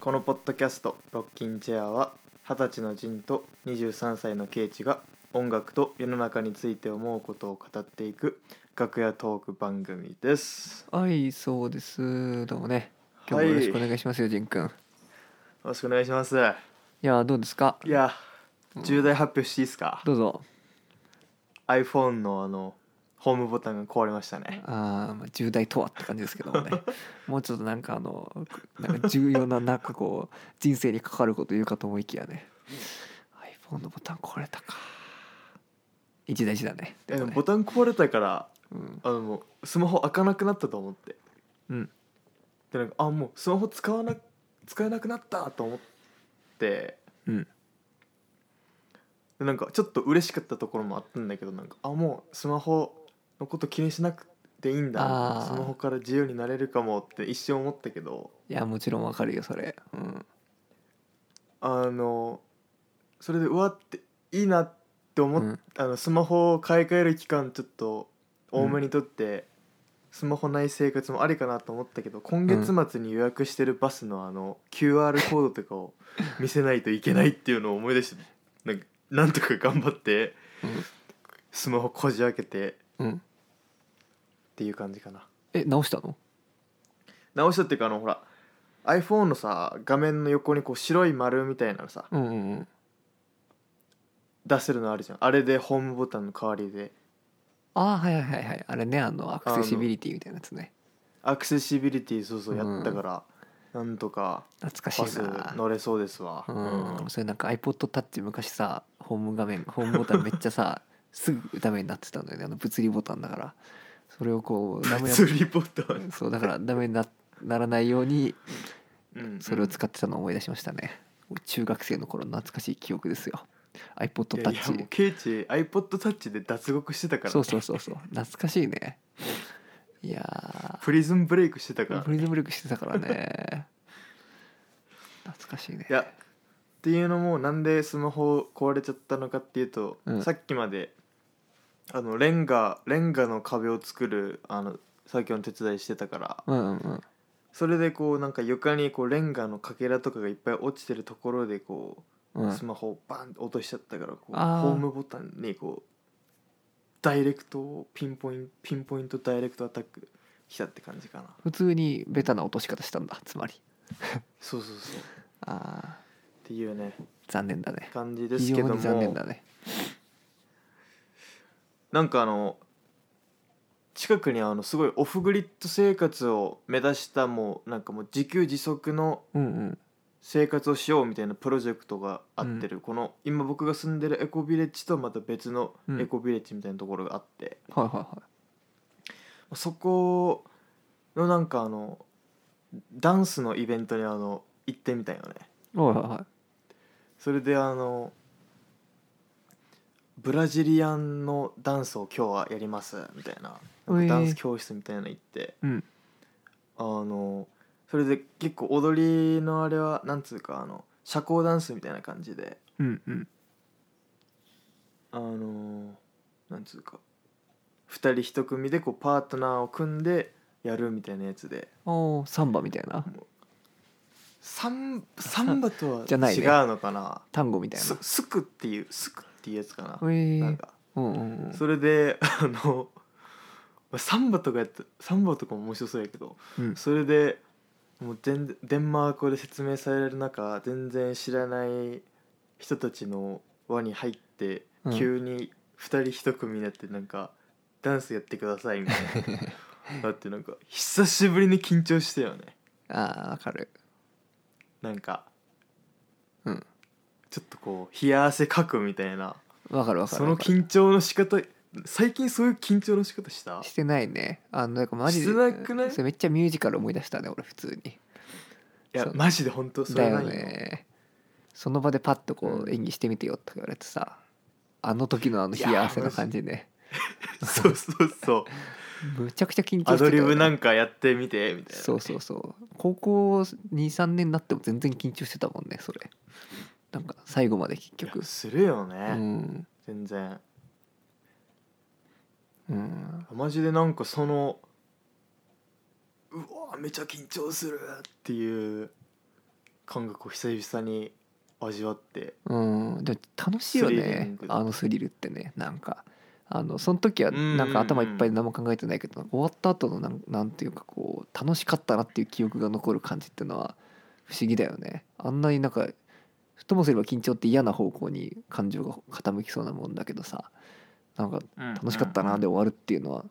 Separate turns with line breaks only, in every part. ドキャスト「ロッキンチェアは」二十歳のジンと23歳のケイチが音楽と世の中について思うことを語っていく楽屋トーク番組です。
はい、そうです。どうもね。今日もよろしく
は
お
い、よ
願いしますよ、仁くん。い
ろしくお願いします。
やー、どうですか。
いや、重大発表していいですか、
どうぞ。
?iPhone のあの、ホームボタンが壊れましたね。
あーまあ、重大とはって感じですけ どもね。もうちょっとなんか、あの、なんか重要な、なんかこう、人生に関わること言うかと思いきやね。iPhone のボタン壊れたか。一大事だね。
え
でもね
ボタン壊れたから、
うん、
あの、もうスマホ開かなくなったと思って。
うん、
で、なんか、あ、もうスマホ使わな、使えなくなったと思って、
うん、
でなんかちょっと嬉しかったところもあったんだけどなんかあもうスマホのこと気にしなくていいん
あ
だ
ー
スマホから自由になれるかもって一瞬思ったけど
いや、もちろんわかるよ、それ。うん、
あのそれでうわっていいなって思っ、
うん
あのスマホを買い替える期間ちょっと多めにとって、スマホない生活もありかなと思ったけど今月末に予約してるバスのあの QR コードとか を見せないといけないっていうのを思い出してなんかなんとか頑張ってスマホこじ開けて。
うん、うん。
っていう感じかな
え、直したの。
直したっていうかあのほら iPhone のさ画面の横にこう白い丸みたいなのさ
うん、うん、うん。
出せるのあるじゃんあれでホームボタンの代わりで
あーはい、はい、はい、はい、あれね、あの、アクセシビリティみたいなやつね。
アクセシビリティそうそうやったから、なんとか
懐かしい
バス
な。
乗れそうですわ、
うん、それなんか iPod Touch 昔さホーム画面ホームボタンめっちゃさ すぐダメになってたんだよねあの物理ボタンだからそれをこう ダメな
物理ボタン、
そうだからダメになならないように
うん
それを使ってたのを思い出しましたね、中学生の頃の懐かしい記憶ですよ iPod
いやいやも
Touch
うケイチ iPod タッチで脱獄してたから、ね、
そうそうそうそう懐かしいねいや
プリズンブレイクしてたから、
ープリズム力してたからね懐かしいね
いやっていうのもなんでスマホ壊れちゃったのかっていうと、
うん
さっきまであのレンガレンガの壁を作るあの作業の手伝いしてたから
うんうんうん
それでこうなんか床にこうレンガのかけらとかがいっぱい落ちてるところでこう、
うん
スマホをバンって落としちゃったからこうホ
あー
ームボタンにこうダイレクトをピンポインピンポイントダイレクトアタック来たって感じかな
普通にベタな落とし方したんだつまり
そうそうそうっ
ああ
ていうね
残念だね
感じで
非
すけども
常に残念だね
なんかあの近くにあのすごいオフグリッド生活を目指したもうなんかもう自給自足の
うんうん
生活をしようみたいなプロジェクトがあってる、この今僕が住んでるエコビレッジとまた別の
うん
エコビレッジみたいなところがあって、
はいはいは
そこのなんかあのダンスのイベントにあの行ってみたいよね
いはいはいはい
それであのブラジリアンのダンスを今日はやりますみたいな
う
なん
え
かダンス教室みたいなの行って、
うん
あのそれで結構踊りのあれはなんつうかあの社交ダンスみたいな感じで
うんうん
あのなんつうか2人1組でこうパートナーを組んでやるみたいなやつで
おーサンバみたいな
サンサンバとは
じゃない
違
ね
うのかな
単語みたい
す
な
すくっていうすくっていうやつかな、
へえ
なんか
うんうんうん
それで あのサンバとかやったサンバとかも面白そうやけど
うん
それでもう全然デンマーク語で説明される中全然知らない人たちの輪に入って、
うん
急に2人1組になってなんかダンスやってくださいみたい なだってなんか久しぶりに緊張したよね
ああわかる
なんか、
うん
ちょっとこう冷や汗かくみたいな
わかるわかる
その
わかる
緊張の仕方最近そういう緊張の仕方した
してないねあのなんかマジで
してなくない
それめっちゃミュージカル思い出したね俺普通に
いや
そう
マジで本当そ
だ
れ
よ
ないよ
ねその場でパッとこ
う
うん演技してみてよって言われてさあの時のあの
い
冷
や
や汗の感じね
そうそうそう
むちゃくちゃ緊張してた
ア
よ
ド
ね
リブなんかやってみてみたいな
そうそうそう高校23年になっても全然緊張してたもんねそれなんか最後まで結局
いやするよね
う、ん
全然
うん
マジでなんかそのうわめちゃ緊張するっていう感覚を久々に味わって
うん、で楽しいよ
スリリン
ね
グ
あのスリルってねなんかあのその時は
うん
なんか頭いっぱいで何も考えてないけど終わった後のなんなんていうかこう楽しかったなっていう記憶が残る感じっていうのは不思議だよねあんなになんかともすれば緊張って嫌な方向に感情が傾きそうなもんだけどさなんか楽
楽
しかったなで終わるっていうのは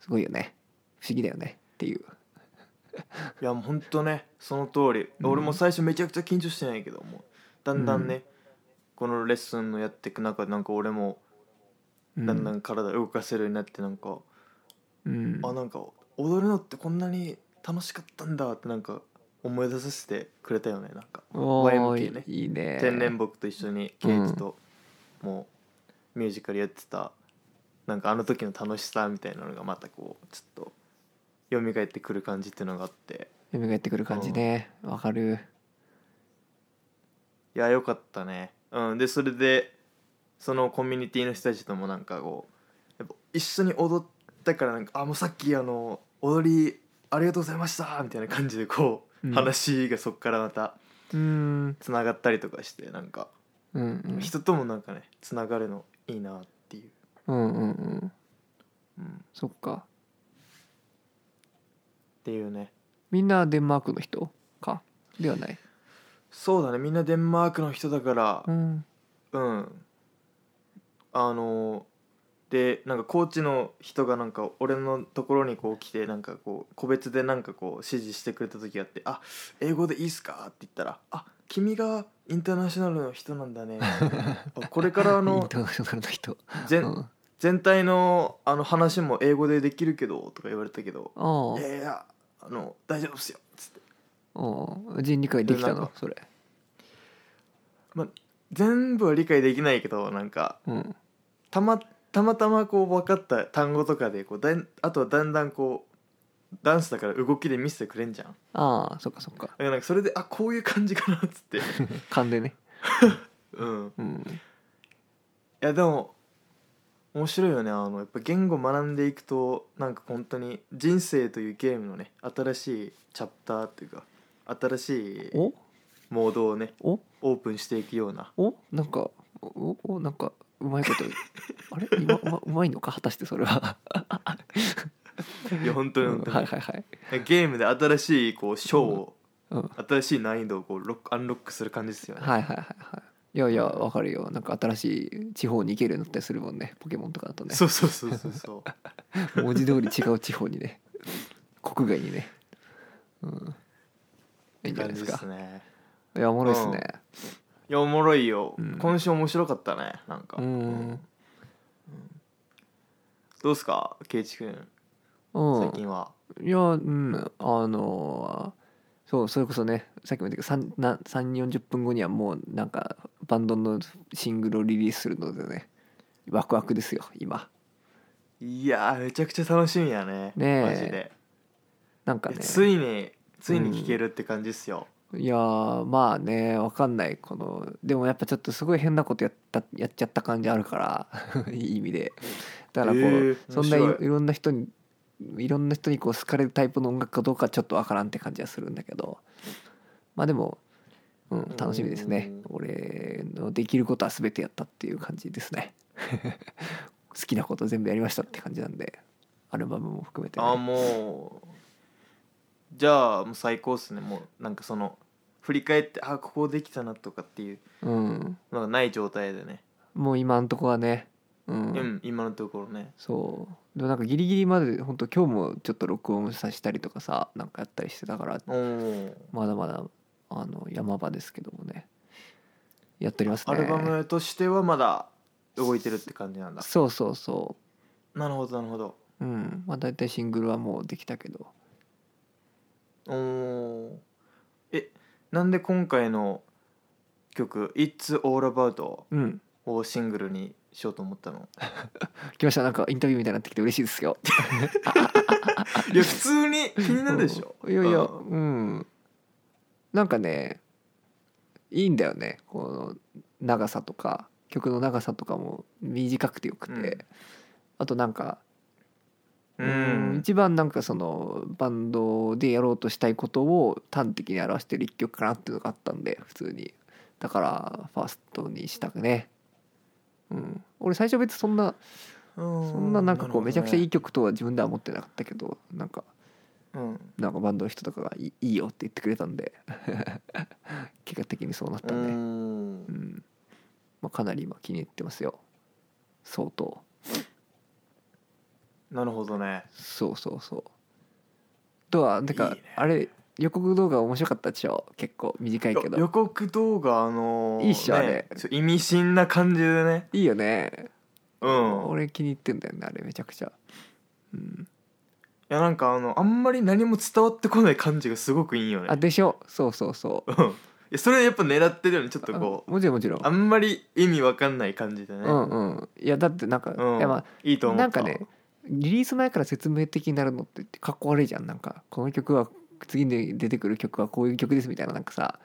すごいよね不思議だよねっていう
いやもうほんとねその通り、
うん
俺も最初めちゃくちゃ緊張してないけどもだんだんね、このレッスンのやっていく中でなんか俺も
う
だんだん体動かせるようになってなんか、
うん
あなんか踊るのってこんなに楽しかったんだってなんか思い出させてくれたよねなんか、
おー
YMK ね
いいね
天然木と一緒にケイチともうミュージカルやってたなんかあの時の楽しさみたいなのがまたこうちょっと蘇ってくる感じっていうのがあって
蘇ってくる感じねわかる
いやよかったねうんでそれでそのコミュニティの人たちともなんかこうやっぱ一緒に踊ったからなんかあもうさっきあの踊りありがとうございましたみたいな感じでこう、
うん
話がそっからまた
うん
つながったりとかしてなんか、
うんうん
人ともなんかねつながるのいいなっていう、
うんうんうん
うん、っ
そっか
ていうね
みんなデンマークの人かではない
そうだねみんなデンマークの人だから
うん
うん、あのでなんかコーチの人がなんか俺のところにこう来てなんかこう個別でなんかこう指示してくれた時があって「あ英語でいいっすか?」って言ったら「あ君がインターナショナルの人なんだね」 あこれからあ
イン
の
ターナショナルの人
全
うん、あ
全体のあの話も英語でできるけどとか言われたけど「
あ
いやいやあの大丈夫っすよ」つって
ああ人理解できた
なん
の
か
それ
全部は理解できないけどなんか
うん
たまたまたまこう分かった単語とかでこうだんあとはだんだんこうダンスだから動きで見せてくれんじゃんだか
ああそっかそっから
なんかそれであこういう感じかなっつって
勘でね
うん
うん
いやでも面白いよねあのやっぱ言語学んでいくとなんか本当に人生というゲームのね新しいチャプターっていうか新しい
お
モードをね
お
オープンしていくような
おなんかおおなんかうまい ことあれ今うまうまいのか果たしてそれは
いや本当に本当に
はいはいはい
ゲームで新しいこう章を、
うん
新しい難易度をこうロックアンロックする感じですよね、
はいはいはいはいいやいやわかるよなんか新しい地方に行けるようになったりするもんねポケモンとかだとね
そうそうそうそうそう
文字通り違う地方にね国外にね、うん、いいんじゃないですか
感じっすね
いやおもろいっすね、
いやおもろいよ、
うん
今週面白かったねなんか、
うん
どうっすか圭一君
うん
最近は、
いやうんあのーそうそれこそねさっきも言ったけど3四4 0分後にはもうなんかバンドのシングルをリリースするのでねワクワクですよ今
いやーめちゃくちゃ楽しみやね
ねえ
マジで、
なんかね
いやついについに聴けるって感じっすよ、
いやーまあねわかんないこのでもやっぱちょっとすごい変なことやったやっちゃった感じあるから いい意味でだからこう、
へー
そんない
面白い
いろんな人にいろんな人にこう好かれるタイプの音楽かどうかはちょっとわからんって感じはするんだけどまあでも、うん、楽しみですね
うん
俺のできることは全てやったっていう感じですね 好きなこと全部やりましたって感じなんでアルバムも含めてね、
あーもうじゃあもう最高っすねもうなんかその振り返ってあーここできたなとかっていう
うん、
のがない状態でね、
もう今んとこはねうん
うん今のところね
そうでもなんかギリギリまで本当今日もちょっと録音させたりとかさなんかやったりしてたから
おー
まだまだあの山場ですけどもねやっておりますね
アルバムとしてはまだ動いてるって感じなんだ
そうそうそ
なるほどなるほど
ううんまあ大体シングルはもうできたけど
おーえなんで今回の曲「It's All About
うん」
をシングルにしようと思 ったの
来ましたなんかインタビューみたいになってきて嬉しいですよ
いや普通に気になるでしょ
うんいやいや
うん
うんなんかねいいんだよねこの長さとか曲の長さとかも短くてよくて、
うん
あとなんか
うん
一番なんかそのバンドでやろうとしたいことを端的に表してる一曲かなっていうのがあったんで普通にだからファーストにしたくねうん俺最初別にそんなそ
そ
んななんかこうめちゃくちゃいい
い、
曲とは自分では思ってなかったけどなんか
うん、
なんかバンドの人とかがいい「いいよ」って言ってくれたんで 結果的にそうなった
うん
で、
ん
うんまあ、かなり今気に入ってますよ相当
なるほどね
そうそうそうとはなんか
いいね
あれ予告動画面白かったでしょ結構短いけ
予
ど
告動画あのー
いいっしょあれ
ねそう意味深な感じでね
いいよね、
うんい
俺気に入ってんだよねあれめちゃくちゃうん
やなんかあのあんまり何も伝わってこない感じがすごくいいよね
あでしょそうそうそう
うんいやそれやっぱ狙ってるよねちょっとこ
あもちろんもちろん
うあんまり意味わかんない感じでね
うんうんいやだってなんか、
うん
いやまあ
いいと思った
なんかねリリース前から説明的になるのってかっこ悪いじゃんなんかこの曲は次に出てくる曲はこういう曲ですみたいななんかさ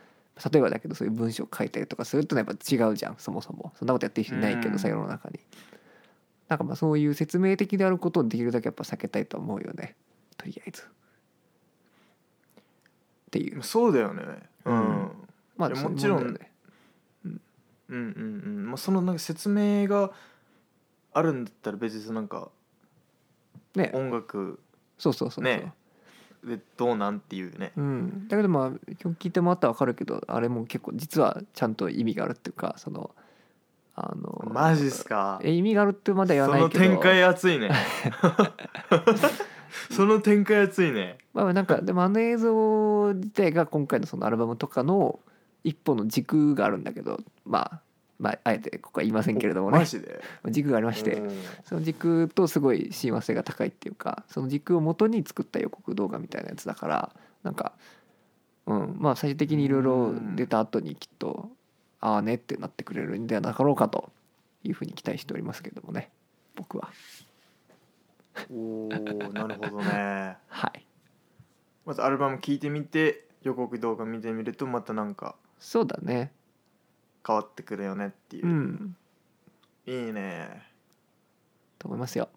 例えばだけどそういう文章書いたりとかするとやっぱ違うじゃんそもそもそんなことやってる人いないけ
う
ど
ん
さ世の中になんかまあそういう説明的であることをできるだけやっぱ避けたいと思うよねとりあえずっていう
そうだよねうん、
うんまあ
いや
そういう
もちろん
だよね
うんうんうんまあそのなんか説明があるんだったら別にそのなんか
ね
音楽
そうそうそうそう、
ねでどうなんっていうね
うん、だけどまあ曲聴いてもらったら分かるけどあれも結構実はちゃんと意味があるっていうかそのあの
マジっすか
え意味があるってまでは
そ
言わ
の
ないけど
展開熱 いね その展開熱いね
まあなんかでもあの映像自体が今回のそのアルバムとかの一本の軸があるんだけどまあまああえてここは言いませんけれども
マ
ね
ジで
軸がありまして
うん
その軸とすごい親和性が高いっていうかその軸を元に作った予告動画みたいなやつだからなんか、うん、まあ最終的にいろいろ出た後にきっとああねってなってくれるんではなかろうかというふうに期待しておりますけどもね僕は
おーなるほどね
はい
まずアルバム聴いてみて予告動画見てみるとまたなんか
そうだね
変わってくるよねっていうう、
ん
いいね
と思いますよ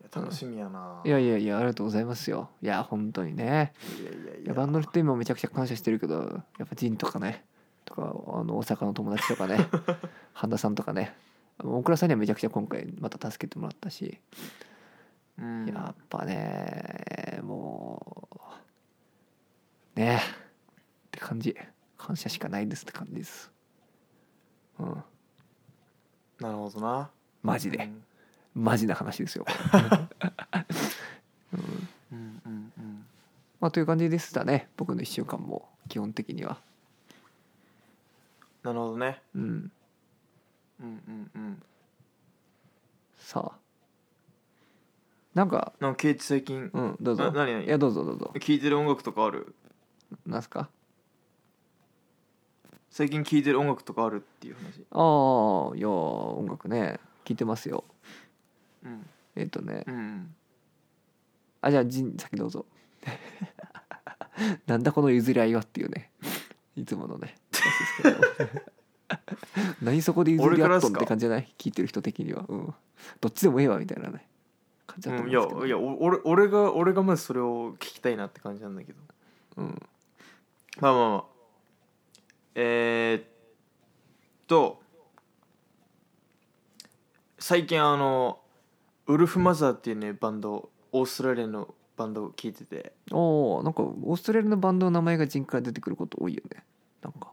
いや楽しみやな、
いやいやいやありがとうございますよいや本当にね
いやいやい
い
や
やバンドの人今めちゃくちゃ感謝してるけどやっぱジンとかねとかあの大阪の友達と かね半田さんとかね大倉さんにはめちゃくちゃ今回また助けてもらったし、
うん
やっぱねもうねえって感じ感謝しかないですって感じですうん
なるほどな
マ
う
ジで
ん
マジな話ですよ、うん
うんうんうん
まあという感じでしたね僕の1週間も基本的には
なるほどね
うん
うんうんうん
さあなんか
なんかケイチ最近
うんどう
な
ぞ
何何
いやどうぞどうぞ
聴いてる音楽とかある
なんすか
最近聴いてる音楽とかあるっていう話
ああいやー音楽ね聞いてますよ
うん
えっ、とね
うんうん
あじゃあジン先どうぞ なんだこの譲り合いはっていうねいつものね 話ですけど何そこで譲り合っとんって感じじゃない聞いてる人的にはうんどっちでもええわみたいなね感じだと
う、
思う
い
んんで
や
すけど
いやお俺俺が俺がまずそれを聞きたいなって感じなんだけど
うん
まあまあまあえー、っと最近あのウルフマザーっていうねバンドオーストラリアのバンドを聴いてて
おーなんかオーストラリアのバンドの名前がジンから出てくること多いよねなんか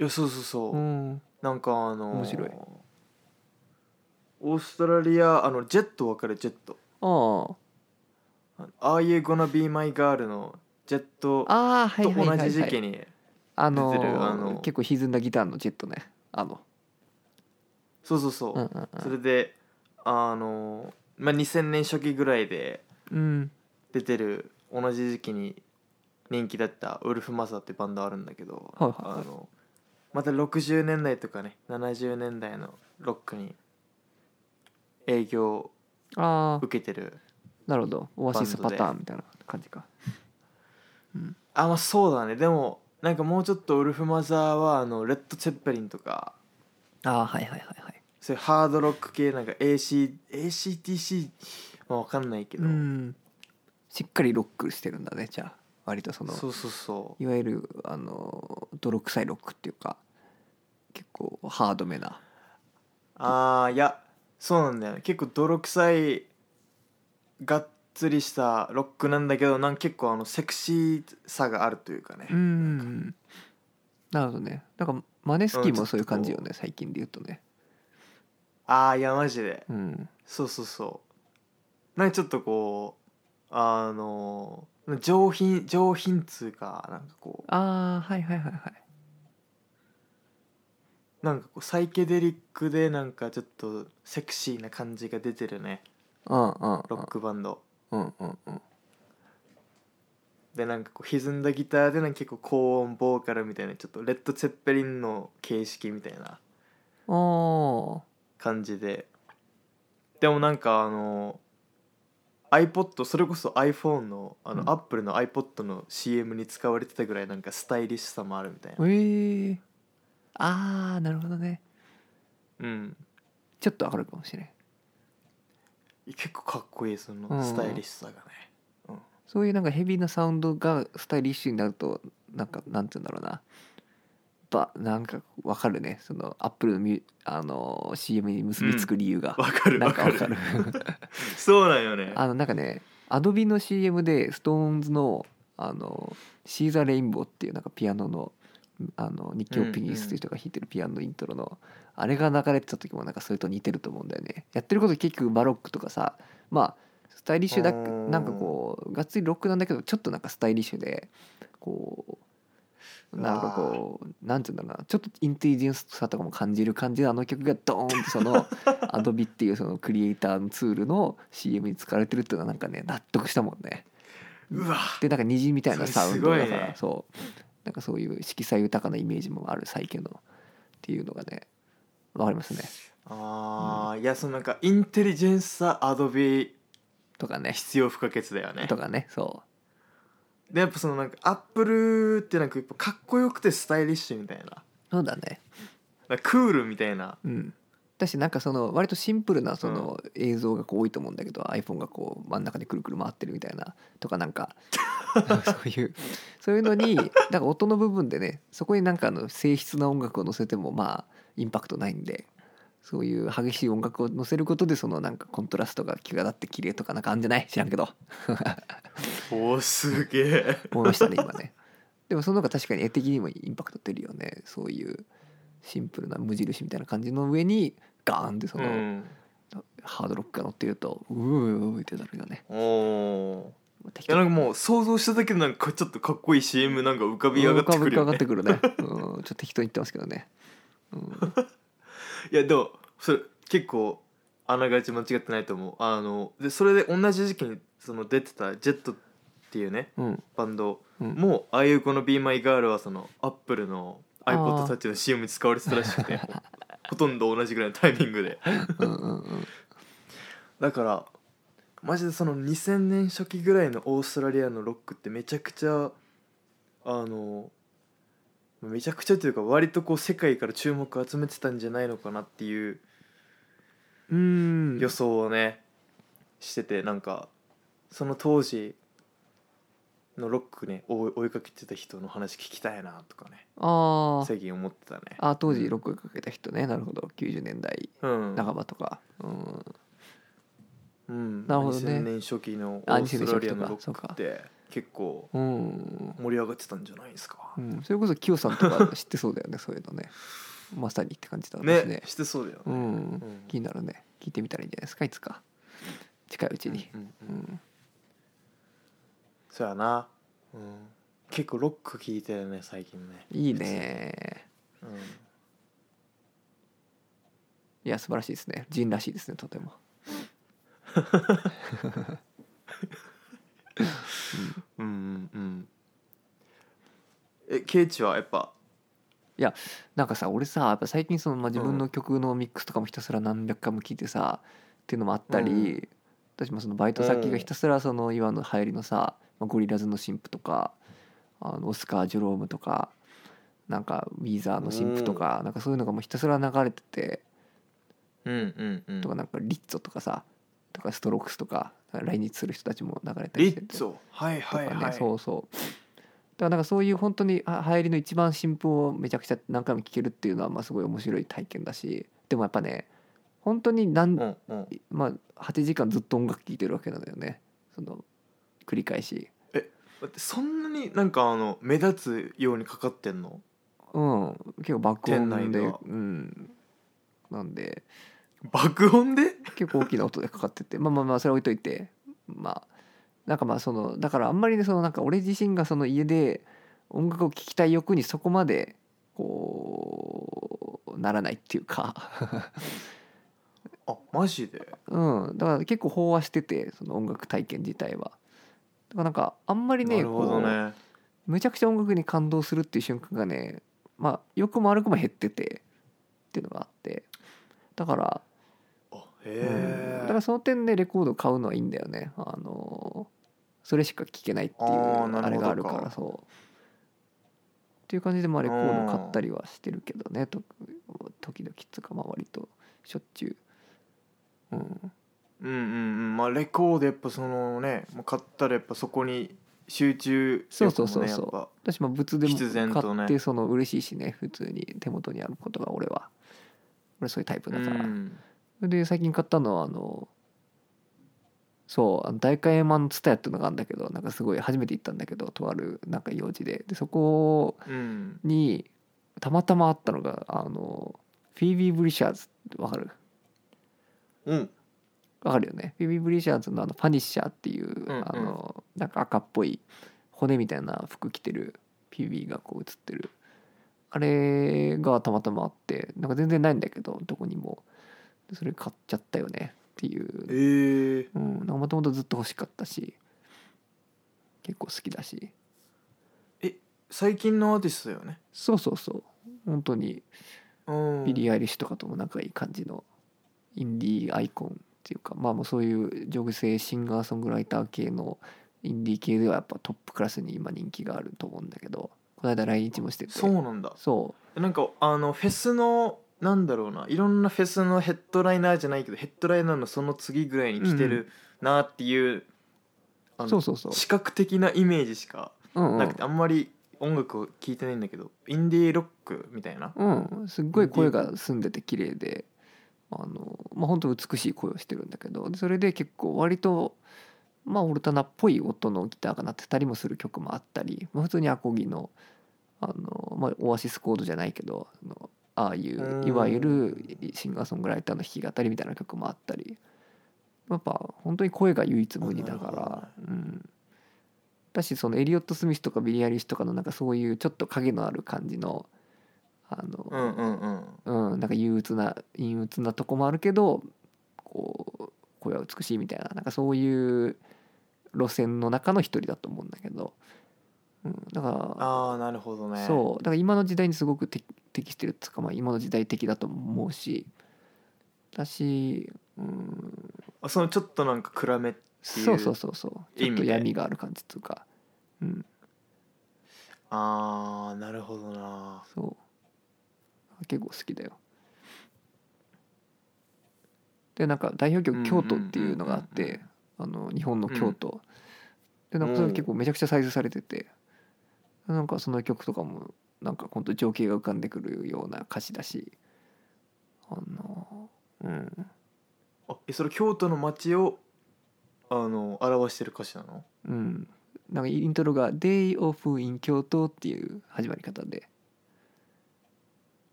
いやそうそうそう、
うん
なんかあの
面白い
オーストラリアあのジェットわかるジェット
ああ
「Are You Gonna Be My Girl」のジェットと
ああはいはいはい、は
同
い、
じ時期に
あの
出てるあの
結構歪んだギターのジェットねあの、
そうそうそう、
うんうん
それであの、まあ、2000年初期ぐらいで
うん、
出てる同じ時期に人気だったウルフ・マザーってバンドあるんだけど、
はいはいはい
あのまた60年代とかね70年代のロックに影響を
ああ
受けてる
なるほどオアシス
バンド
パ
で
ターンみたいな感じか
あまあそうだねでもなんかもうちょっとウルフ・マザーはあのレッド・チェッペリンとか
ああはいはいはいはい
そういうハードロック系なんか AC ACTC まあわかんないけど、
うんしっかりロックしてるんだねじゃあ割とその
そうそうそ
いわゆるあの泥臭いロックっていうか結構ハードめな
うああいやそうなんだよ結構泥臭いがっつりしたロックなんだけどなんか結構あのセクシーさがあるというかね、
んなるほどねなんかマネスキーもそういう感じよ
うん
ね最近で言うとね
ああいやマジで
うん
そうそうそうなんかちょっとこうあの上品上品つうかなんかこ
ああはいはいはいはいう
なんかこうサイケデリックでなんかちょっとセクシーな感じが出てるね
うんうん
ロックバンド
うんうんうん
でなんかこう歪んだギターでなんか結構高音ボーカルみたいなちょっとレッド・ツェッペリンの形式みたいな
ああ
感じででもなんかあの iPod それこそ iPhone のあの、
うん
Apple の iPod の CM に使われてたぐらいなんかスタイリッシュさもあるみたいな
ええああなるほどね
うん
ちょっと上がるかもしれん
結構かっこいいその
うん
スタイリッシュさがね、
そういうなんかヘビーなサウンドがスタイリッシュになるとなんかなんて言うんだろうなばなんかわかるねそのアップルのミュあのー CM に結びつく理由が、
わかる
な
わ
んか
か
わ
る
かる
そうなんよね
あのなんかねアドビの CM でストーンズのあのシーザー・レインボーっていうなんかピアノのあのニッキー・オピニスという人が弾いてるピアノのイントロの、あれが流れてた時もなんかそれと似てると思うんだよねやってること結局バロックとかさまあスタイリッシュだ
うーん
なんかこうがっつりロックなんだけどちょっとなんかスタイリッシュでこうなんかこうなんていうんだろうなちょっとインテリジェンスさとかも感じる感じであの曲がドーンとそ のアドビっていうそのクリエイターのツールの CM に使われてるっていうのはなんかね納得したもんね。
うわ
でなんか虹みたいなサウンドだ
それす
か
ごい
ら
ね
そうなんかそういう色彩豊かなイメージもある最近のっていうのがねわかりますね。
あーいやそのなんかインテリジェンスさアドビ
とかね
必要不可欠だよね
とかねそ
でやっぱそのなんかアップルってなんかやっぱかっこよくてスタイリッシュみたいな
うそうだね。
なんかクールみたいな
うん、だしなんかその割とシンプルなその映像がこう多いと思うんだけど、iPhone がこう真ん中でくるくる回ってるみたいなとかなん かそういうそういうのになんか音の部分でねそこになんかあの静筆な音楽を乗せてもまあインパクトないんでそういう激しい音楽を乗せることでそのなんかコントラストが際立って綺麗とかなんかあんじゃない知らんけど
おーすげえ
思いましたね今ね。 でもその方が確かに絵的にもインパクト出るよねそういうシンプルな無印みたいな感じの上にガーンってそうの。
ん
ハードロックが乗ってるとうーうーってなるよね。
おお
適
いやなんかもう想像しただけでなんかちょっとかっこいい CM なんか浮かび上がってくるよね
くるね。うん、ちょっと適当に言ってますけどね。うん、
いやでもそれ結構あながち間違ってないと思うあのでそれで同じ時期にその出てたジェットっていうね
うん、
バンド
うん。
もああいうこの「BeMyGirl」はそのアップルの
あー
iPod たちの CM に使われてたらしく てほとんど同じぐらいのタイミングで
うん、うん、うん。
だからマジでその2000年初期ぐらいのオーストラリアのロックってめちゃくちゃあのめちゃくちゃというか割とこう世界から注目を集めてたんじゃないのかなっていう
うん。
予想をね、しててなんかその当時のロックね追い追いかけてた人の話聞きたいなとかね
あー
最近思ってたね
あー、当時ロックかけた人ね。なるほど。90年代
うん、
半ばとか。うん。
うん、
なるほどね
2000年初期のオ
あ
ーストラリア
2000
の
年
ロ
初期と
ッ
か
クって結構
うん。
盛り上がってたんじゃないですか、
うん、それこそキヨさんとか知ってそうだよね。そういうのね。まさにって感じだろうし
ねしてそうだよね、
うん
う。ん
気になるね。聞いてみたらいいんじゃないですか。いつか。近いうちに。
うんうん
う
うん
ん。
そうやな、うん、結構ロック聴いてるね最近ね
いいね。
うん
いや素晴らしいですね人らしいですねとても
うんうんうんえケイチはやっぱ
なんかさ俺さやっぱ最近その、まあ、自分の曲のミックスとかもひたすら何百回も聞いてさっていうのもあったり、
うん
私もそのバイト先
う
が
ん
ひたすらその今の流行りのさ、まあ、ゴリラズの新婦とかあのオスカー・ジョロームとかなんかウィーザーの新婦とか、なんかそういうのがもうひたすら流れてて
うんうんうん
とかなんかリッツォとかさとかストロークスとか来日する人たちも流れたり
リ
して
ッ
て
ツォはい
とか
はい
ね、
はい
そうそうだからなんかそういう本当にあ流行りの一番新譜をめちゃくちゃ何回も聴けるっていうのはまあすごい面白い体験だしでもやっぱね本当に
う
何、
んうん
まあ、8時間ずっと音楽聴いてるわけなんだよねその繰り返し
だってそんなになんかあの目立つようにかかってんの
うん結構爆音で
店内では
うんなんで
爆音で
結構大きな音でかかっててまあまあまあそれは置いといてまあなんかまあそのだからあんまりねそのなんか俺自身がその家で音楽を聴きたい欲にそこまでこうならないっていうか
あマジで
うんだから結構飽和しててその音楽体験自体は。だからなんかあんまりね
なるほど
こう
ね
むちゃくちゃ音楽に感動するっていう瞬間がねまあ良くも悪くも減っててっていうのがあってだから、
あ
うん
へえ
だからその点でレコード買うのはいいんだよねあのそれしか聴けないってい
あー
う
な
あ
る
れ
ほどか
があるからそうっていう感じでまあレコード買ったりはしてるけどねと時々つかまあ割としょっちゅううん
うんうんうんまあレコードやっぱそのねもう買ったらやっぱそこに集中
そうそうそうそう
力もねやっぱ
私まあ物でも
必然とね
買ってその嬉しいしね普通に手元にあることが俺は俺そういうタイプだから
う。ん
で最近買ったのはあのそうあの代官山の蔦屋っていうのがあるんだけどなんかすごい初めて行ったんだけどとあるなんか用事ででそこ
うん
にたまたまあったのがあのフィービー・ブリシャーズわかる
うん
わかるよねフィービー・ブリシャーズのあのパニッシャーっていう、
うん
あのなんか赤っぽい骨みたいな服着てるフィービーがこう写ってるあれがたまたまあってなんか全然ないんだけどどこにもでそれ買っちゃったよねっていう
ええ
うん、なんかもともとずっと欲しかったし結構好きだし
最近のアーティストだよね
そうそうそう本当に
うん
ビリー・アイリッシュとかとも仲いい感じのインディーアイコンっていうかまあもうそういう女性シンガーソングライター系のインディー系ではやっぱトップクラスに今人気があると思うんだけどこの間来日もしてて
そうなんだ
そ
なんかあのフェスのなんだろうないろんなフェスのヘッドライナーじゃないけどヘッドライナーのその次ぐらいに来てるなっていう、あ
う
の
そうそうそう
視覚的なイメージしか
うんう
なく
ん
て、あんまり音楽を聴いてないんだけどインディーロックみたいな
うん、すっごい声が澄んでて綺麗であのまあ本当美しい声をしてるんだけどでそれで結構割とまあオルタナっぽい音のギターが鳴ってたりもする曲もあったり、まあ、普通にアコギのあの、まあ、オアシスコードじゃないけどあのああい
う
う
ん
いわゆるシンガーソングライターの弾き語りみたいな曲もあったりやっぱ本当に声が唯一無二だか
あなる
ら、うん、だしそのエリオット・スミスとかビリー・アイリッシュとかのなんかそういうちょっと影のある感じのあの、
うんうんうん
うん、なんか憂鬱な陰鬱なとこもあるけどこう声は美しいみたいななんかそういう路線の中の一人だと思うんだけど、うん、だか
ああなるほど
ら、
ね
そうだから今の時代にすごく適適してるっていうか、まあ、今の時代的だと思うしだし、うん、
あそのちょっとなんか暗めていう
そうそうそうそうちょっと
意味で
闇がある感じっていうか、うん、
ああなるほどな
そう結構好きだよでなんか代表曲「京都」っていうのがあっ
うんうんうん
てあの日本の京都、でなんかそれ結構めちゃくちゃ再生されててなんかその曲とかもなんか本当情景が浮かんでくるような歌詞だしあのうん
あえそれ京都の街をあの表してる歌詞なの
うんなんかイントロが「Day of in 京都」っていう始まり方で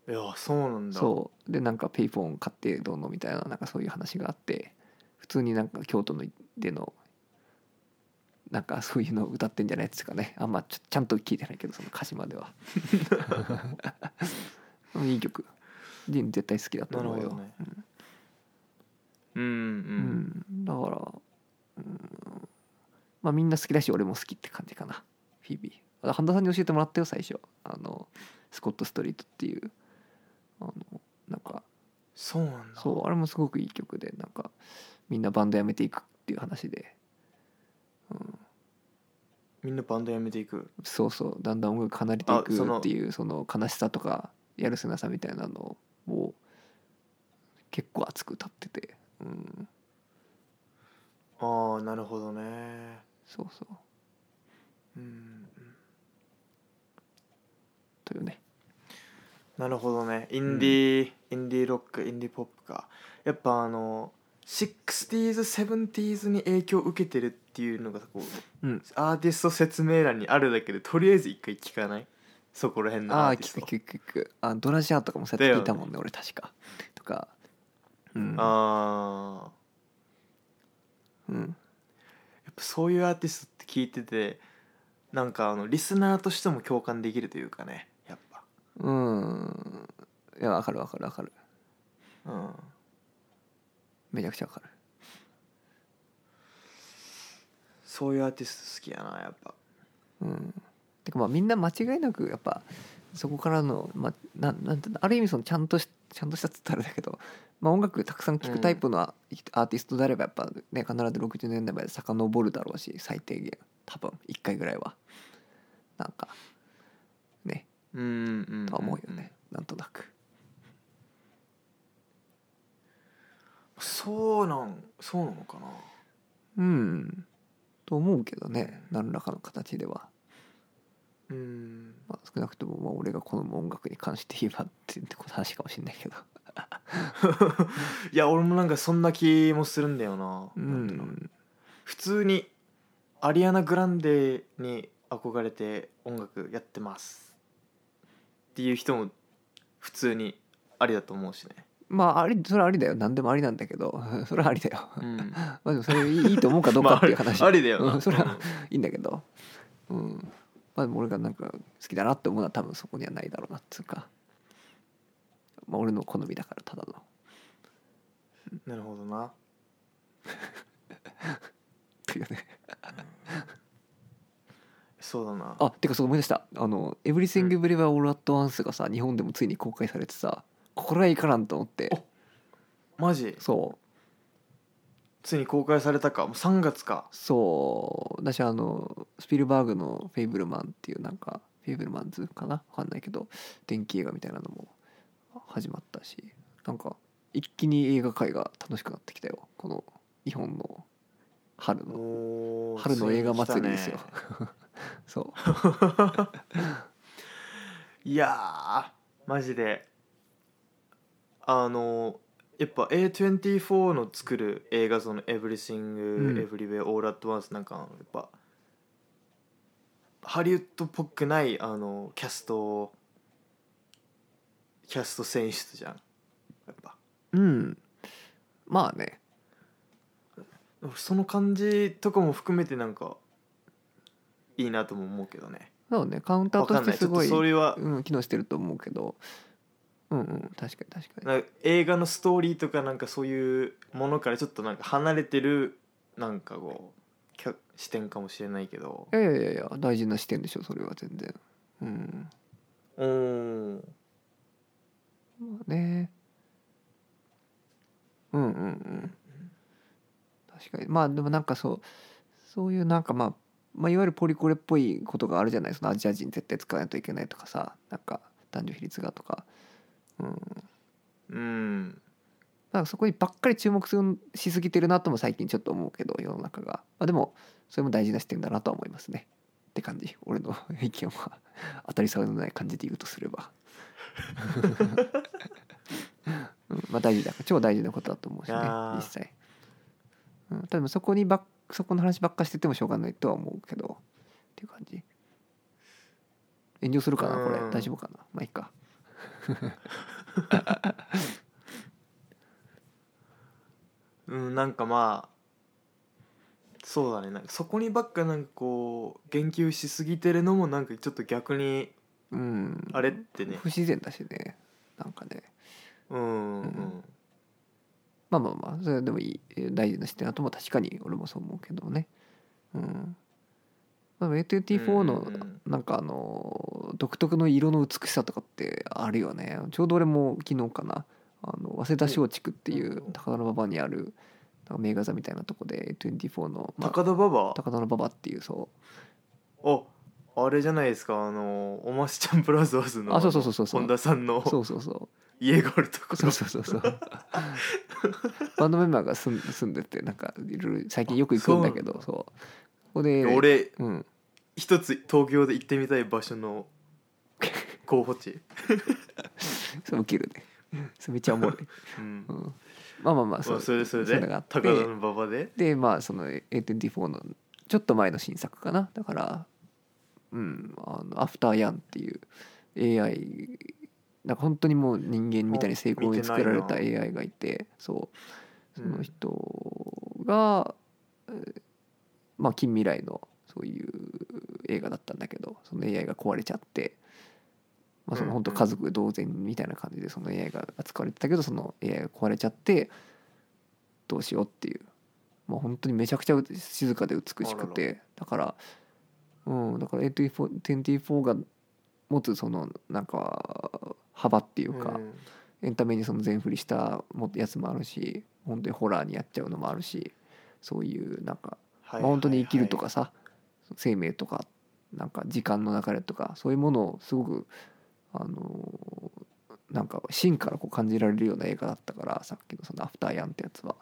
いやそうなんだ
そうでなんかペイフォン買ってどうのみたいななんかそういう話があって普通になんか京都のでのなんかそういうのを歌ってんじゃないですかねあんまちょちゃんと聞いてないけどその歌詞までは うんいい曲ジン絶対好きだと
なる
思
ほ
う
ど
よ、
ねうん
う
うん
ん、だから、うんまあみんな好きだし俺も好きって感じかなフィービーあ半田さんに教えてもらったよ最初あのスコット・ストリートっていうあのなんか
そうなんだ
そうあれもすごくいい曲でなんかみんなバンドやめていくっていう話で
みんなバンドやめていく
そうそうだんだん音楽離れてい
あそ
く
の
っていうその悲しさとかやるせなさみたいなのを結構熱く歌ってて、うん、
ああなるほどね
そうそう
うん
というね
なるほどねインディー、インディーロックインディーポップかやっぱあの 60s70s に影響を受けてるっていうのがこう
うん
アーティスト説明欄にあるだけでとりあえず一回聞かないそこら辺の
あ
ア
あ
ー
ー
ティ
聞
スト
く聞く聞くあドラジアンとかもそうやって聞いたもんね俺確かとかうん
ああ
うん
やっぱそういうアーティストって聞いててなんかあのリスナーとしても共感できるというかねやっぱ
うんいやわかるわかるわかる
うん
めちゃくちゃわかる
そういうアーティスト好きやなやっぱ
うん、てかまあみんな間違いなくやっぱそこからの、まあ、なんなんていうのある意味そのちゃんとしちゃんとしたっつったらあれだけど、まあ、音楽たくさん聴くタイプのアアーティストであればやっぱね必ず60年代まで遡るだろうし最低限多分1回ぐらいはなんかね
うんうんうん、
とは思うよねなんとなく
そうなんそうなのかな
うんと思うけどね何らかの形では、
うん
まあ、少なくともまあ俺が好む音楽に関して言えばってって話かもしれないけど
いや俺もなんかそんな気もするんだよな,、
う
なんていうの
ん
普通にアリアナ・グランデに憧れて音楽やってますっていう人も普通にありだと思うしね、
まあありそれはありだよ何でもありなんだけど それはありだよ
うん、
まあでもそれいいいいと思う かどうかっていう話、
まあ、ありだよ な、
うんそれはいいんだけどうんまあでも俺がなんか好きだなって思うのは多分そこにはないだろうなっつうかまあ俺の好みだからただの
なるほどな
というね
そうだな
あてかそう思い出したあの「エブリシング・ブレバー・オール・アット・ワンス」がさ日本でもついに公開されてさこれはいかなんと思って
マジ
そう
ついに公開されたかもう3月か
そう私あのスピルバーグの「フェイブルマン」っていうなんかフェイブルマンズかなわかんないけど電気映画みたいなのも始まったしなんか一気に映画界が楽しくなってきたよこの日本の春の
おー
春の映画祭りですよ
ついに来たね
そ
いやーマジであのやっぱ A24 の作る映画その「
うん
Everything Everywhere All at Once」なんかやっぱハリウッドっぽくないあのキャストキャスト選出じゃんやっぱ
ううんまあね
その感じとかも含めてなんかいいなとも思うけどね
そうねカウンター
わ
と
か
し
ん
て
ないち
す
ょっと
ごい
それは
うん、機能してると思うけどうんうん確かに確かに
なんか映画のストーリーとかなんかそういうものからちょっとなんか離れてるなんかこうきゃ視点かもしれないけど
いやいやいやいや大事な視点でしょそれは全然うん
おー
まあねうんうんうん確かにまあでもなんかそうそういうなんかまあ、まあ、いわゆるポリコレっぽいことがあるじゃないそのアジア人絶対使わないといけないとかさなんか男女比率がとかうん
うん
なんかそこにばっかり注目するしすぎてるなとも最近ちょっと思うけど世の中が、まあ、でもそれも大事な視点だなとは思いますねって感じ俺の意見は当たり障りのない感じで言うとすれば、うん、まあ大事だ超大事なことだと思うしね
いやー
実際、うん、ただそこにばっそこの話ばっかしててもしょうがないとは思うけどっていう感じ炎上するかなこれ
うん
大丈夫かなまあいいか
うんなんかまあそうだねなんかそこにばっかなんかこう言及しすぎてるのもなんかちょっと逆に
うん
あれってね
不自然だしねなんかね
うんうん、
うんまあまあまあそれでもいいえー大事な視点あとも確かに俺もそう思うけどもねうんまあ A24 の
うんうんうん
なんかあのー独特の色の美しさとかってあるよねちょうど俺も昨日かなあの早稲田松竹っていう高田馬場にあるなんか名画座みたいなとこで A24 の、まあ、
高田馬場
高田馬場っていうそう
あああれじゃないですかあのおましちゃんブラザーズの
あそうそうそうそうそう
本田さんの
そうそうそう
家があるとこ
そうそうそうそう バンドメンバーが住ん住んでてなんかいろいろ最近よく行くんだけどそうここで
俺
うん
一つ東京で行ってみたい場所の候補地、
そう受けるねそうめっちゃおもろい、
うん
う
ま
ん、まあまあまあ
あ、それでそれで
ういうのがあって
高田の馬場で
でまあその824のちょっと前の新作かなだからうんあの「アフターヤン」っていう AI なんか本当にもう人間みたいに成功に作られた
あ見
AI がいてそうそ
うん
の人が、えーまあ近未来のそういう映画だったんだけどその AI が壊れちゃって。まあ、その本当家族同然みたいな感じでその AI が扱われてたけどその AI が壊れちゃってどうしようっていうまあ本当にめちゃくちゃ静かで美しくて
あ
だからうんだから824が持つそのなんか幅っていうか、
ん
エンタメにその全振りしたもやつもあるし本当にホラーにやっちゃうのもあるしそういうなんか、
は
まあ、本当に生きるとかさ、生命とかなんか時間の流れとかそういうものをすごくあのーなんか芯からこう感じられるような映画だったからさっきのその「アフターヤン」ってやつは。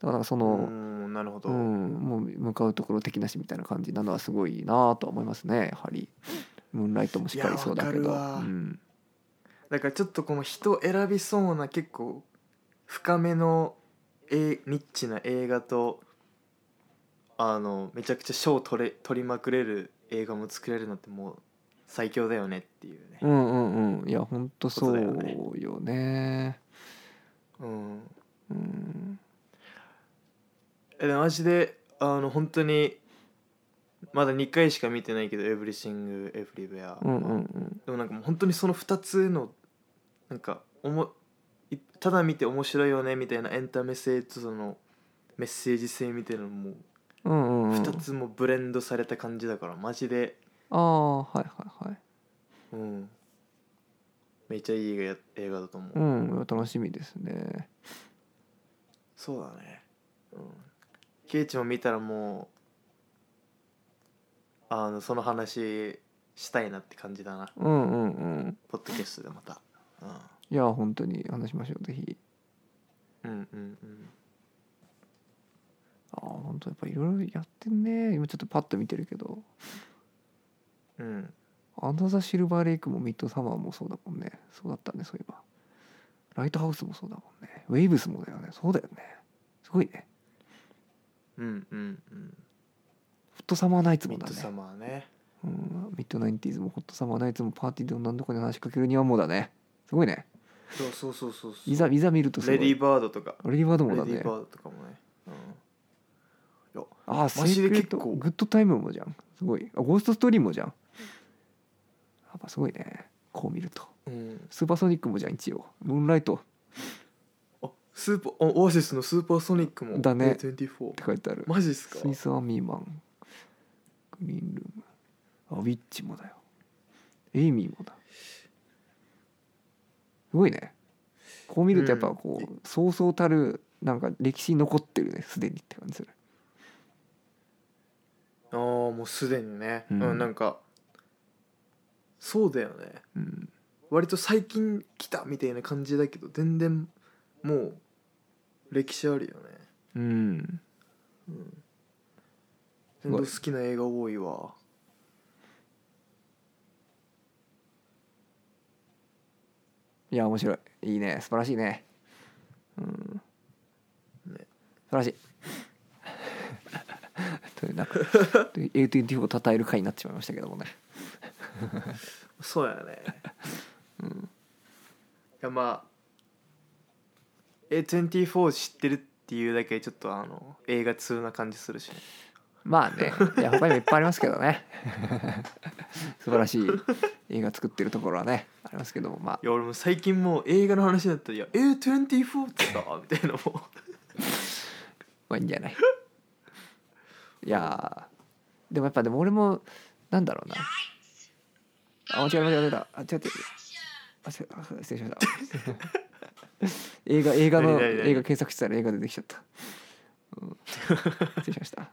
だからなんかその、
うんなるほど、
うん、もう向かうところ的なしみたいな感じなのはすごいなとは思いますねやはりムーンライトもしっかりそうだけ
いや
ど、う
わかるわ
ん、
だからちょっとこの人選びそうな結構深めのえニッチな映画とあのめちゃくちゃ賞取れ取りまくれる映画も作れるのってもう最強だよねっていうね
う、んうんうんいやほんとそう
ことだ
よね
うん、
うん
えでもマジであの本当にまだ2回しか見てないけど「エブリシング・エブリウェア」
うんうんうん
でもなんかもう本当にその2つのなんかおもいただ見て面白いよねみたいなエンタメ性とそのメッセージ性みたいなのも
うんうんうん
2つもブレンドされた感じだからマジで、
ああはいはいはい
うん、めっちゃいい映画や映画だと思う、
うん楽しみですね
そうだねうんケイチも見たらもうあのその話したいなって感じだな
うんうんうん
ポッドキャストでまた、
いや本当に話しましょうぜひ
うん、うんうんうん
ああ本当やっぱいろいろやってんね今ちょっとパッと見てるけど
うん
アナザーシルバーレイクもミッドサマーもそうだもんねそうだったねそういえばライトハウスもそうだもんねウェイブスもだよねそうだよねすごいね
うんうんうん
ホットサマーナイツも
ミッ
だ
ド
ね
サマーね
うんミッドナインティーズもホットサマーナイツもパーティーでも何どこに話しかけるにはもうだねすごいね
そうそうそうそうそう
いざいざ見るとすご
レ
い
ディーバードとか
レディーバード
レ
も
デ
だ
ィー
ね
バードとかもね、うん、
ああセ
マジ
ー
で
クレッ
結
ト
構
グッドタイムもじゃんすごいあゴーストストーリーもじゃんやっぱすごいねこう見ると
うん、
スーパーソニックもじゃん一応ムーンライトっ
あスーパーあオアシスのスーパーソニックも
だね
24
て書いてある
マジっすか
スイスアーミーマングリーンルームあウィッチもだよエイミーもだすごいねこう見るとやっぱこう、そうそうたるなんか歴史に残ってるねすでにって感じする
ああもうすでにね、
う
うんんなんかそうだよね
うん
割と最近来たみたいな感じだけど全然もう歴史あるよね
うんす
全
ごい
然好きな映画多いわ
いや面白いいいね素晴らしいねうん
ね
素晴らしいというなんか A24 を称える回になってしまいましたけどもね
そうやね いやまあ A24 知ってるっていうだけちょっとあの映画通な感じするしね
まあね、いや他にもいっぱいありますけどね。 素晴らしい映画作ってるところはね、ありますけども、まあ
いや俺も最近もう映画の話になったら「いや A24 ってさ」みたいなも
まあいいんじゃない。いやー、でもやっぱでも俺もなんだろうな。あ間違えた間違えた。あ違う違う。あ違うあ失礼しました。 映画映画の
何何
映
何
画検索したら映画出てきちゃった。うん、失礼しました。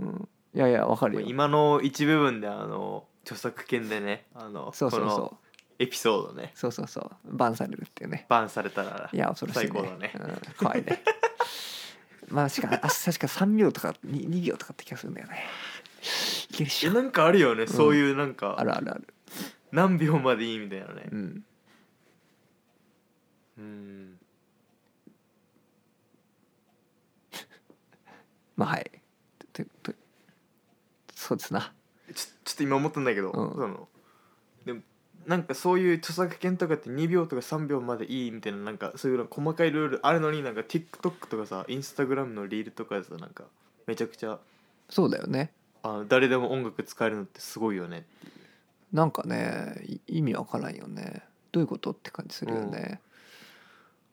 うん、いいやいや わかるよ
今の一部分であの著作権でねあの
そうそう
こ
そう
のエピソードね
そうそうそうバンされるっていうね
バンされたら
いや恐ろしい、ね、
最高だね
うん、怖い ねまあしかあ確か3秒とか 2, 2秒とかって気がするんだよねいけるっし
え
ょ
なんかあるよね、そういうなん
あ
か
るあるある
何秒までいいみたいなね
うん
うん
まあはいとととそうですな
ちょちょっと今思ったんだけど、
うん
そのでもなんかそういう著作権とかって2秒とか3秒までいいみたいななんかそういうの細かいルールあるのになんか TikTok とかさインスタグラムのリールとかでさなんかめちゃくちゃ
そうだよね
あの誰でも音楽使えるのってすごいよね
なんかねい意味わからんよねどういうことって感じするよね、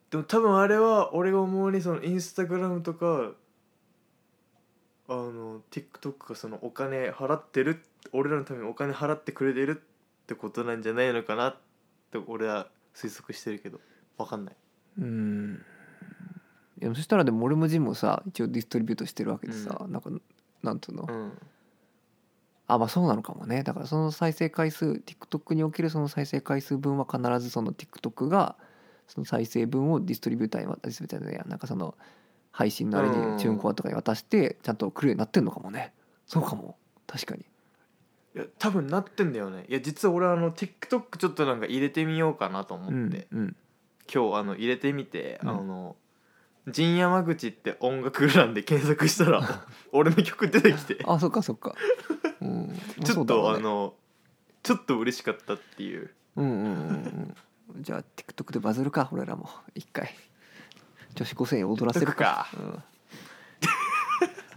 でも多分あれは俺が思うにそのインスタグラムとかあの TikTok がそのお金払ってる俺らのためにお金払ってくれてるってことなんじゃないのかなって俺は推測してるけど分かんない、
うんいやそしたらでも俺もジムもさ一応ディストリビュートしてるわけでさ、なんかなんていうの、
うん、
あまあそうなのかもねだからその再生回数 TikTok におけるその再生回数分は必ずその TikTok がその再生分をディストリビューターに渡ディストリビューターじゃないやなんかその配信のあれ
うん
にチューンコアとかに渡してちゃんと来るようになってんのかもねそうかも確かに
いや多分なってんだよねいや実は俺あの TikTok ちょっとなんか入れてみようかなと思って、
うんうん
今日あの入れてみて、
うん
あの陣山口って音楽欄で検索した ら俺の曲出てきて
あそっかそっか、 うん、まあ
ちょ
そう
っ
だ
と
ろう
あ
ね
のちょっと嬉しかったっていう
うんうんうんうんじゃあ TikTok でバズるか俺らも一回女子高生に踊らせるか、うん、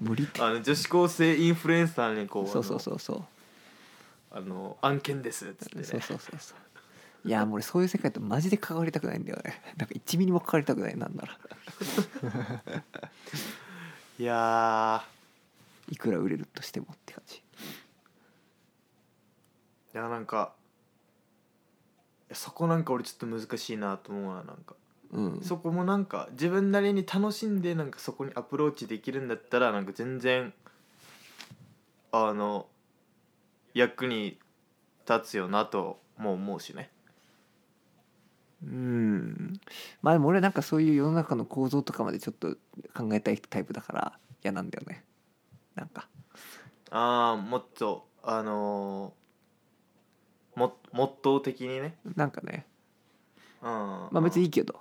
無理って
あの女子高生インフルエンサーにこう
そうそうそうそう
あのあの案件ですっつってね
そうそうそうそういやもう俺そういう世界とマジで関わりたくないんだよね なんか1ミリも関わりたくないなんなら
いや
いくら売れるとしてもって感じ
ーいやなんかいやそこなんか俺ちょっと難しいなと思うななんか
うん
そこもなんか自分なりに楽しんでなんかそこにアプローチできるんだったらなんか全然あの役に立つよなとも思うしね
うんまあでも俺なんかそういう世の中の構造とかまでちょっと考えたいタイプだから嫌なんだよねなんか
ああもっとあのー、もモットー的にね
なんかね
うんま
まあ別にい
い
いけど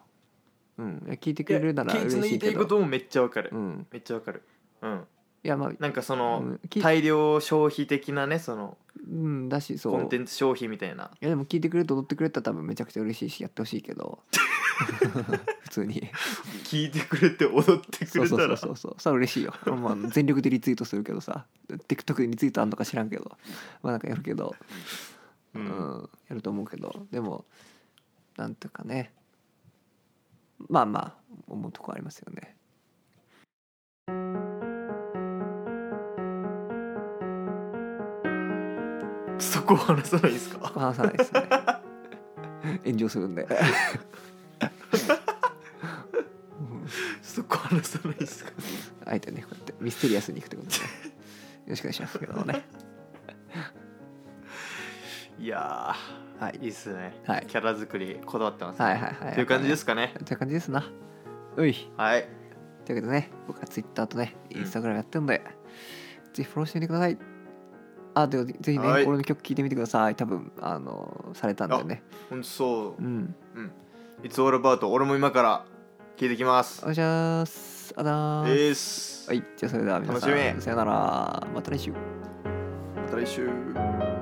うんいや聞いてくれるなら
やケイツ
嬉
の
し
言
い
いた
け
いこ
ど
ともめっちゃわかる、
うん
めっちゃわかるうん
いやまあ
なんかそうの
んき
大量消費的なねその
うんだしそう
コンテンツ消費みたいない
やでも聞いてくれて踊ってくれたら多分めちゃくちゃ嬉しいしやってほしい けど 普通に
聞いてくれて踊ってく
そう
れ
そ
た
うそう
ら
そうそうそれは嬉しいよ、まあ、全力でリツイートするけどさ TikTok でリツイートあんのか知らんけどまあなんかやるけど、
う
うんんやると思うけどでもなんとかねまあまあ思うとこありますよね
そこを話さないですか
話さないで すね炎上するんでうん
そこ話さないですか
あえてねこうやってミステリアスにいくってことで、ね、よろしくお願いしますけどもね
いや
はい
ーいいっすね、
はい
キャラ作りこだわってますね、
はいはいはい
という感じですかね
という感じですなうい
はい
というわけでね僕は Twitter とね
うん
Instagram やってるので、ぜひフォローしてみてくださいあでもぜぜひね、
はい
俺の曲聴いてみてください多分あのされたんだよね
ほんとそううん「いつオールバート」俺も今から聞いてきます
お願いしますあだー
です
はいじゃあそれでは皆さ
楽し
んさよならまた来週
また来週
バイ